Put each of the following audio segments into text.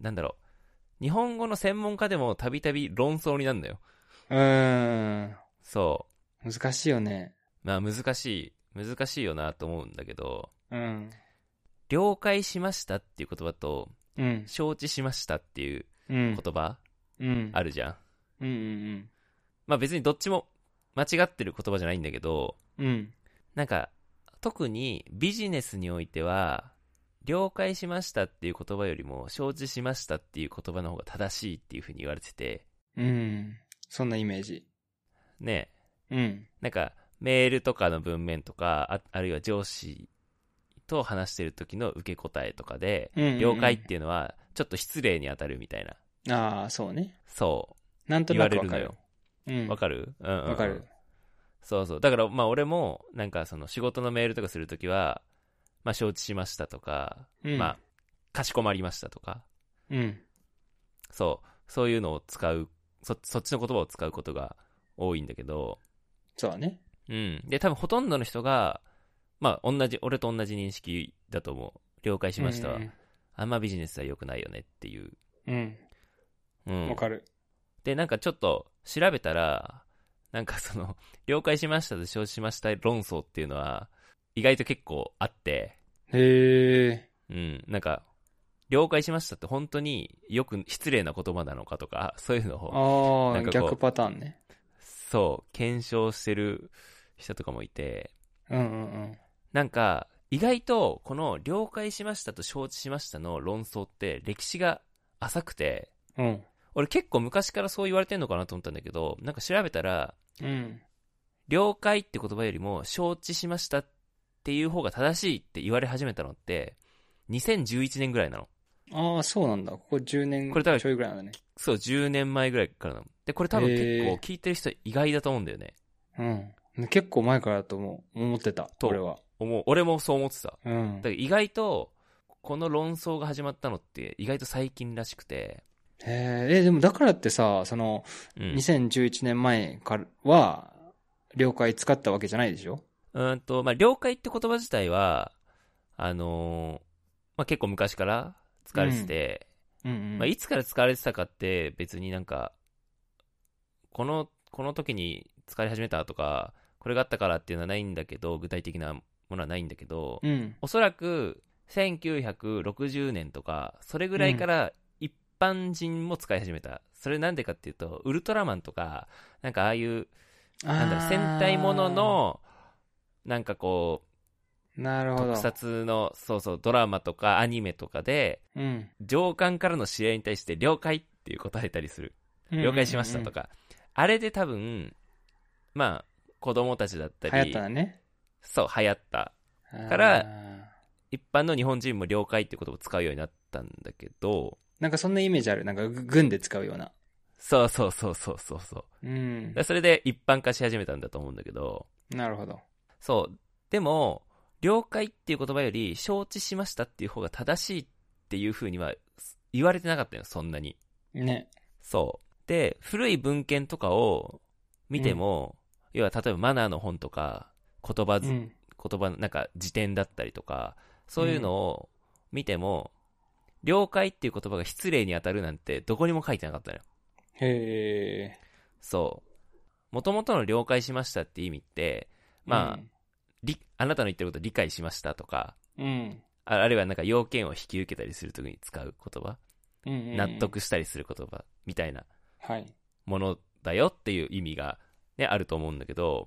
なんだろう。日本語の専門家でもたびたび論争になるのよ。うーん。そ難しいよね。う。まあ難しい、難しいよなと思うんだけど、うん。了解しましたっていう言葉と、うん。承知しましたっていううん言。葉うん。あるじゃん。うんうんまあ別にどっちも間違ってる言葉じゃないんだけど、うん。うん。なんか、特にビジネスにおいては、了解しましたっていう言葉よりも、承知しましたっていう言葉の方が正しいっていうふうに言われてて、うん。そんなイメージ。ね、うん。なんか、メールとかの文面とか、ああるいは上司と話してる時の受け答えとかで、うんうんうん了解っていうのは、ちょっと失礼に当たるみたいな、ああ、そうね。そなんう、と言わなれくるわのかるよ。。うん。わかるうんうんうんわかる。そうそう。だから、まあ俺も、なんかその仕事のメールとかするときは、まあ承知しましたとか、うんまあ、かしこまりましたとか、うん。そう、そういうのを使う、そそっちの言葉を使うことが多いんだけど、そうね。うん。で、多分ほとんどの人が、まあ同じ、俺と同じ認識だと思う。了解しましたわ。うんあんまビジネスは良くないよねっていう。うん。ううんんわ。かる。で、なんかちょっと調べたら、なんかその、 了解しましたと承知しました論争っていうのは、意外と結構あって、へえ。うん、なんか、了解しましたって本当によく失礼な言葉なのかとか、そういうのを、あなあ、んかこう逆パターンね。そう、検証してる人とかもいて、うんうんなんか、意外とこの了解しましたと承知しましたの論争って歴史が浅くて、うん。うん。俺結構昔からそう言われてんのかなと思ったんだけど、なんか調べたら、うん。了解って言葉よりも承知しましたっていう方が正しいって言われ始めたのって2011年ぐらいなのああ、そうなんだ。ここ10年これだからちょいぐらいなんだね。そう10年前ぐらいからなのでこれ多分へ結ー構聞いてる人意外だと思うんだよねうん。結構前からだと思う。思ってた。と俺は。思う俺もそう思ってただかうんら。意外とこの論争が始まったのって意外と最近らしくて、へーえ、でもだからってさ、その、うん、 2011年前からは、了解使ったわけじゃないでしょうーんと、まあ、了解って言葉自体は、あのーまあ、結構昔から使われてて、うんうん。まあ、いつから使われてたかって別になんかこのこの時に使い始めたとかこれがあったからっていうのはないんだけど具体的なものはないんだけど、うん。おそらく1960年とかそれぐらいから一般人も使い始めた、それなんでかっていうとウルトラマンとかなんかああいうなんだろう戦隊もののなんかこあー、なるうほど。特撮のそうそうドラマとかアニメとかでうん。上官からの指令に対して了解っていう答えたりする了解しましたとか。か、あれで多分、まあ、子供たちだった流行っり、たらね。そう、流行った。かから、一般の日本人も了解って言葉を使うようになったんだけど、なんかそんなイメージある。なんかぐ軍で使うような。そうそうそうそうそうそう。だかうんら。それで一般化し始めたんだと思うんだけど、なるほど。そう。でも、了解っていう言葉より、承知しましたっていう方が正しいっていうふうには言われてなかったよ、そんなに。ね。そう。で、古い文献とかを見ても、要は例えばマナーの本とか、言葉うず、ん。言葉のなんか辞典だったりとかそういうのを見ても、了解っていう言葉が失礼に当たるなんてどこにも書いてなかったのよへえ。そうもともとの了解しましたって意味ってまあ、りあなたの言ってることを理解しましたとかうん、うん。ああるいはなんか要件を引き受けたりするときに使う言葉、うんうんうん納。得したりする言葉みたいなはい。ものだよっていう意味が、ね、あると思うんだけど、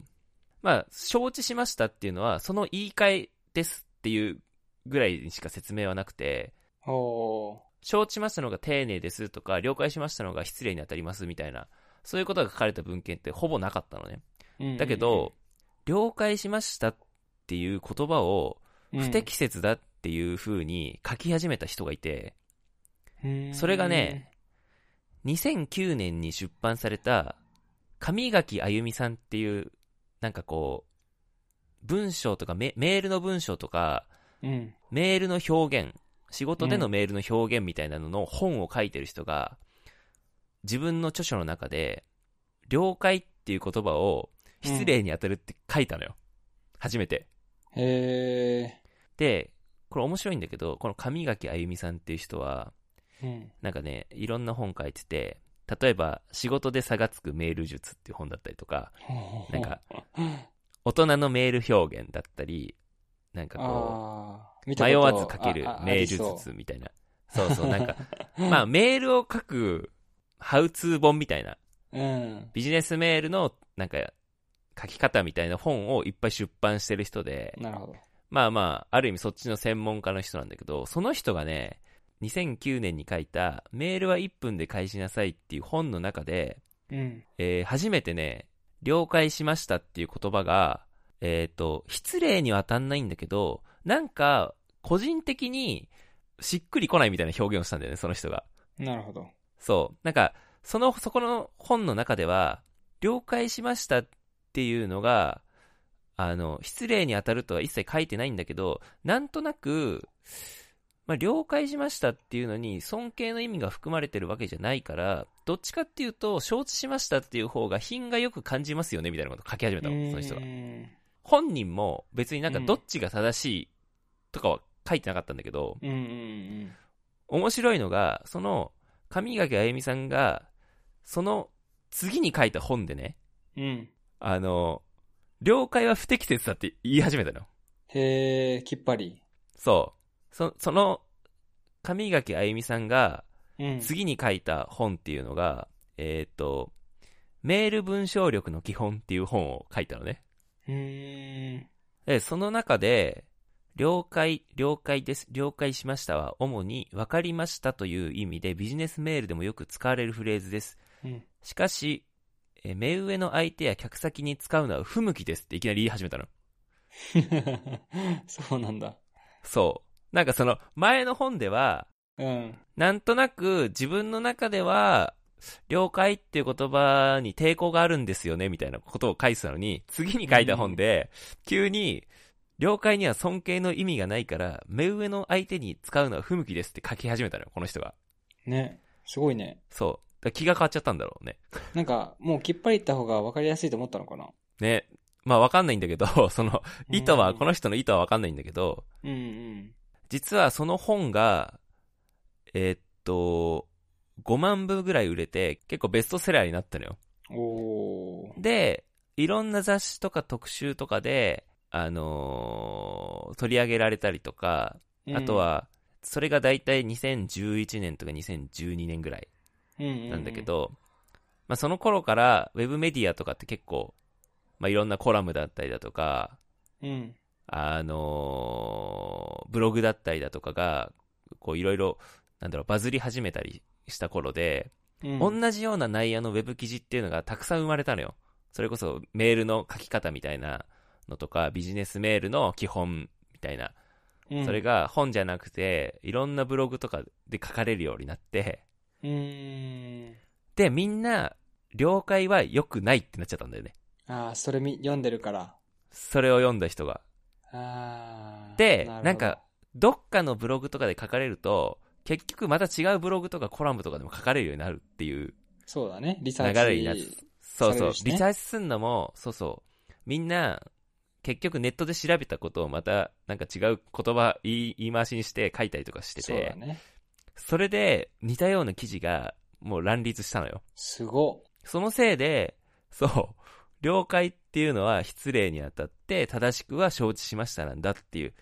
まあ、承知しましたっていうのは、その言い換えですっていうぐらいにしか説明はなくて、おー。承知しましたのが丁寧ですとか、了解しましたのが失礼に当たりますみたいな、そういうことが書かれた文献ってほぼなかったのね。うんうんうんだけど、、了解しましたっていう言葉を不適切だっていう風に書き始めた人がいて、うん、それがね、2009年に出版された、上垣あゆみさんっていう、なんかこう、文章とかメメールの文章とか、うん、メールの表現、仕事でのメールの表現みたいなのの本を書いてる人が、自分の著書の中で、了解っていう言葉を失礼に当たるって書いたのよ。初めて。へえ、で、これ面白いんだけど、この上垣あゆみさんっていう人は、うん。なんかね、いろんな本書いてて、例えば、仕事で差がつくメール術っていう本だったりとか、なん か、大人のメール表現だったり、なんかこあーう見、たこ迷とあわず書けるああメールありそ術うみたいな。そうそう、なんか、 まあ、メールを書く、ハウツー本みたいな、うん。ビジネスメールの、なんか、書き方みたいな本をいっぱい出版してる人で、なるほど。まあまあ、ある意味そっちの専門家の人なんだけど、その人がね、2009年に書いた、メールは1分で返しなさいっていう本の中で、うん。えー初めてね、了解しましたっていう言葉が、えっ、と、失礼には当たんないんだけど、なんか、個人的にしっくりこないみたいな表現をしたんだよね、その人が。なるほど。そう。なんか、その、そこの本の中では、了解しましたっていうのが、あの、失礼に当たるとは一切書いてないんだけど、なんとなく、まあ、了解しましたっていうのに尊敬の意味が含まれてるわけじゃないから、どっちかっていうと、承知しましたっていう方が品がよく感じますよね、みたいなことを書き始めたの、その人がう。ん本人も別になんかどっちが正しいとかは書いてなかったんだけど、うんうん面白いのが、その、上垣あゆみさんが、その次に書いた本でね、うん。うん。あの、了解は不適切だって言い始めたの。へえ、きっぱり。そう。そその、上垣あゆみさんが、うん。次に書いた本っていうのが、えーっ、と、メール文章力の基本っていう本を書いたのね。うーん。で、その中で、了解、了解です、了解しましたは、主に分かりましたという意味でビジネスメールでもよく使われるフレーズです。うん。 しかし、えー目上の相手や客先に使うのは不向きですっていきなり言い始めたの。そうなんだ。そう。なんかその、前の本では、うん。なんとなく自分の中では、了解っていう言葉に抵抗があるんですよね、みたいなことを書いてたのに、次に書いた本で、急に、了解には尊敬の意味がないから、目上の相手に使うのは不向きですって書き始めたのよ、この人が。ね。すごいね。そう。だから気が変わっちゃったんだろうね。なんか、もうきっぱり言った方が分かりやすいと思ったのかな。ね。まあわかんないんだけど、その、意図は、この人の意図はわかんないんだけど、うんうん。実はその本が、えーっと、5万部ぐらい売れて、結構ベストセラーになったのよ。おー。で、いろんな雑誌とか特集とかで、あのー取り上げられたりとか、うんあと、は、それが大体2011年とか2012年ぐらいななんだけ、ど、まあその頃から、ウェブメディアとかって結構、まあいろんなコラムだったりだとか、うん。あのーブログだったりだとかが、こういろいろ、なんだろう、バズり始めたりした頃で、うん。同じような内容のウェブ記事っていうのがたくさん生まれたのよ。それこそメールの書き方みたいなのとか、ビジネスメールの基本みたいな。うんそれ、が本じゃなくて、いろんなブログとかで書かれるようになって、うーん。で、みんな、了解は良くないってなっちゃったんだよね。ああ、それみ読んでるから。それを読んだ人が。ああ。でるほどなんか、どっかのブログとかで書かれると、結局また違うブログとかコラムとかでも書かれるようになるっていうそうだね。流リサーチ。れになって、そうされそうる、しねリサーチすんのも、そうそう、みんな、結局ネットで調べたことをまた、なんか違う言葉言い言い回しにして書いたりとかしてそうて、だね。それで似たような記事がもう乱立したのよ。すごそのせいで、そう、了解っていうのは失礼にあたって、正しくは承知しましたなんだっていう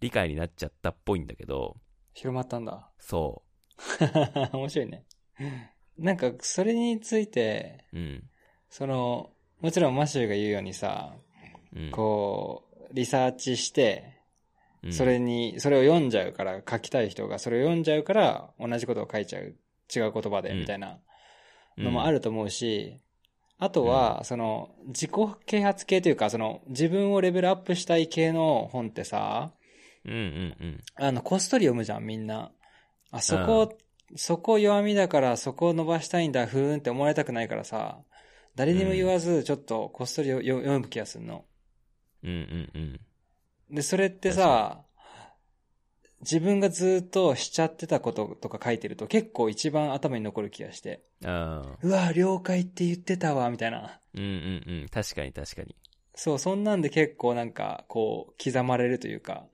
理解になっちゃったっぽいんだけど、っ。広まったんだ。 そ面白いね。なんか、それについて、う。うん。その、もちろんマシューが言うようにさ、うん、こう、リサーチして、うんそれに、それを読んじゃうから、書きたい人がそれを読んじゃうから、同じことを書いちゃう、違う言葉で、うんみたいなのもあると思うし、あとは、その、自己啓発系というか、その、自分をレベルアップしたい系の本ってさ、うんうんうんあの、こっそり読むじゃん、みんな。あ、そこ、そこ弱みだから、そこを伸ばしたいんだ、ふーんって思われたくないからさ、誰にも言わず、ちょっと、こっそりよよ読む気がするの。うんうんうんで、それってさ、自分がずっとしちゃってたこととか書いてると結構一番頭に残る気がして、うんあうわ、了解って言ってたわ、みたいな。ーうんうんうん確かに確かにそう、そんなんで結構なんか、こう、刻まれるというか、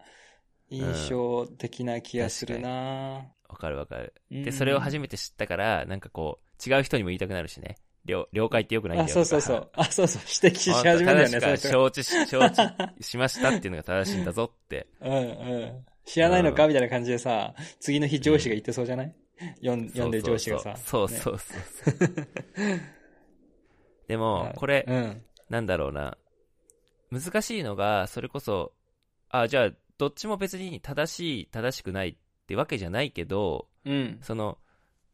印象的な気がするなわかるわかる。うんで、それを初めて知ったから、なんかこう、違う人にも言いたくなるしね。了了解ってよくないんだあ、よそうそうそう。。 あ、そうそう。指摘しし始めるんだよね、正しくそう承知し、承知しましたっていうのが正しいんだぞって。いう人うんうん。知らないのかみたいな感じでさ、次の日上司が言ってそうじゃない読ん読んでる上司がさ。そうねそうそうそうそう。でも、これう、ん。なんだろうな。難しいのが、それこそ、あ、じゃあ、どっちも別に正しい、正しくないってわけじゃないけど、うん。その、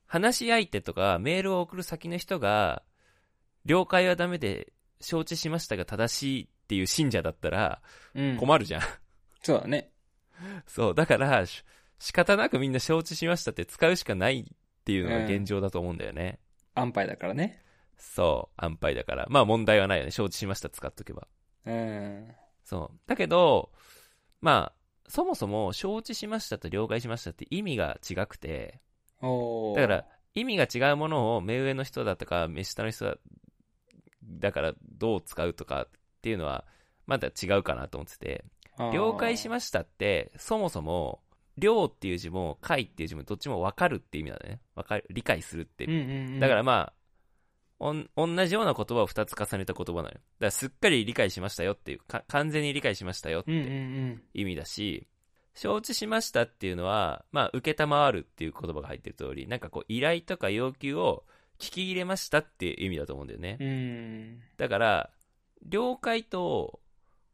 話し相手とかメールを送る先の人が、了解はダメで承知しましたが正しいっていう信者だったらうん。困るじゃん。 そうだね。そう、だから、し仕方なくみんな承知しましたって使うしかないっていうのが現状だと思うんだよね。安牌だからね。そう、安牌だから。まあ問題はないよね。承知しました使っとけば。うん。そう。だけど、まあ、そもそも承知しましたと了解しましたって意味が違くて、おーだか、ら意味が違うものを目上の人だとか目下の人だだからどう使うとかっていうのはまだ違うかなと思ってて、了解ししましたってそもそも了っていう字も解っていう字もどっちも分かるって意味なんだね。分かる、理解するってうんうんうん。だからまあ、おん同じような言葉を2つ重ねた言葉なのよ。だからすっかり理解しましたよっていう、か完全に理解しましたよっうんうんうてん。意味だし、承知しましたっていうのは、まあ、承るっていう言葉が入ってる通り、なんかこう、依頼とか要求を聞き入れましたっていう意味だと思うんだよね。うん。だから、了解と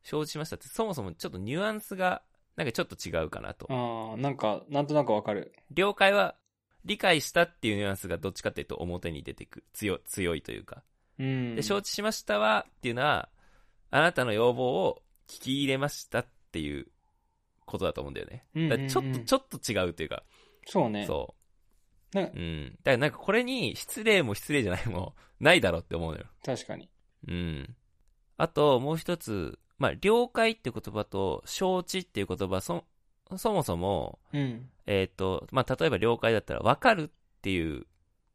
承知しましたってそもそもちょっとニュアンスが、なんかちょっと違うかなと。ああ、なんか、なんとなくわかる。了解は、理解したっていうニュアンスがどっちかっていうと表に出てく、強強いというか。うん。で、承知しましたわっていうのは、あなたの要望を聞き入れましたっていうことだと思うんだよね。うんうんだうんからちょっと、ちょっと違うというか、そうね。そなう。うん。だからなんかこれに失礼も失礼じゃないもん、ないだろう って思うのよ。確かに。うん。あと、もう一つ、まあ、了解っていう言葉と承知っていう言葉、そ、そもそも、うん。えっ、と、まあ、例えば了解だったら、わかるっていう、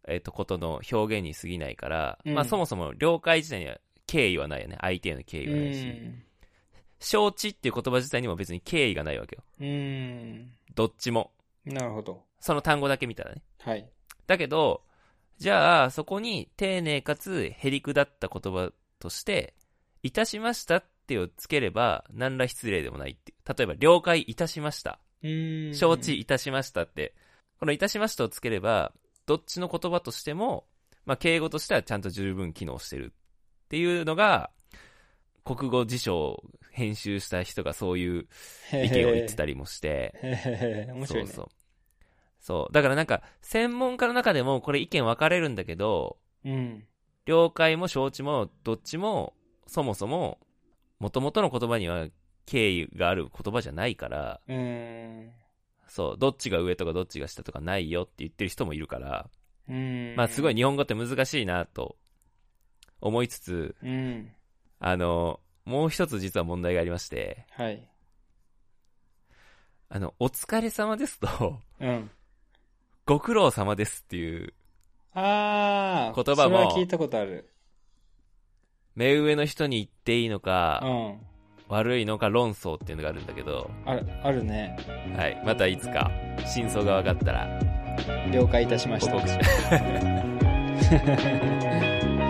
えっ、と、ことの表現に過ぎないから、うんまあ、そもそも了解自体には敬意はないよね。相手への敬意はないし。承知っていう言葉自体にも別に敬意がないわけよ。うん。うん。どっちも。なるほど。その単語だけ見たらね。はい。だけど、じゃあ、そこに丁寧かつへりくだった言葉として、いたしましたってをつければ、何ら失礼でもないっていう。例えば、了解いたしました。うん承知。いたしましたって、このいたしましたをつければ、どっちの言葉としても、まあ、敬語としてはちゃんと十分機能してるっていうのが、国語辞書を編集した人がそういうへー意見を言ってたりもして、へー面白いね。そうそう。そう。だからなんか、専門家の中でもこれ意見分かれるんだけど、うん。了解も承知もどっちも、そもそも、元々の言葉には敬意がある言葉じゃないから、うん。そう、どっちが上とかどっちが下とかないよって言ってる人もいるから、うん。まあすごい。日本語って難しいなと思いつつ、うん。あの、もう一つ実は問題がありまして、はい。あの、お疲れ様ですと、うん。ご苦労様ですっていう、ああ、言葉もそれは聞いたことある。目上の人に言っていいのうか、ん。悪いのか論争っていうのがあるんだけど、ある、あるね。はい、またいつか、真相が分かったら、了解いたしまし報た告。し